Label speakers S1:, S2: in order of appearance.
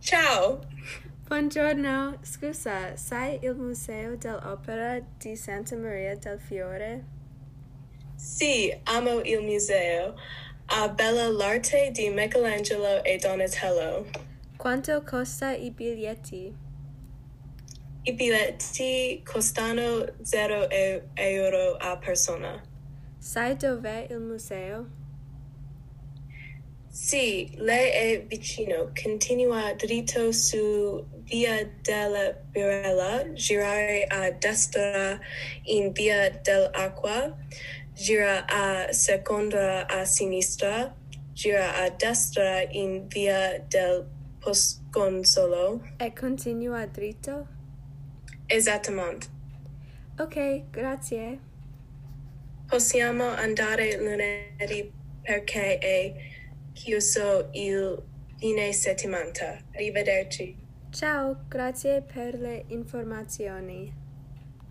S1: Ciao!
S2: Buongiorno, scusa, sai il Museo dell'Opera di Santa Maria del Fiore?
S1: Sì, amo il museo. A bella l'arte di Michelangelo e Donatello.
S2: Quanto costa i biglietti?
S1: I biglietti costano 0 e- euro a persona.
S2: Sai dov'è il museo?
S1: Sì, lei è vicino. Continua dritto su Via della Birella, girare a destra in Via dell'Acqua, gira a seconda a sinistra, gira a destra in Via del Posconsolo.
S2: E continua dritto?
S1: Esattamente.
S2: Ok, grazie.
S1: Possiamo andare lunedì perché è chiuso il fine settimana. Arrivederci.
S2: Ciao, grazie per le informazioni.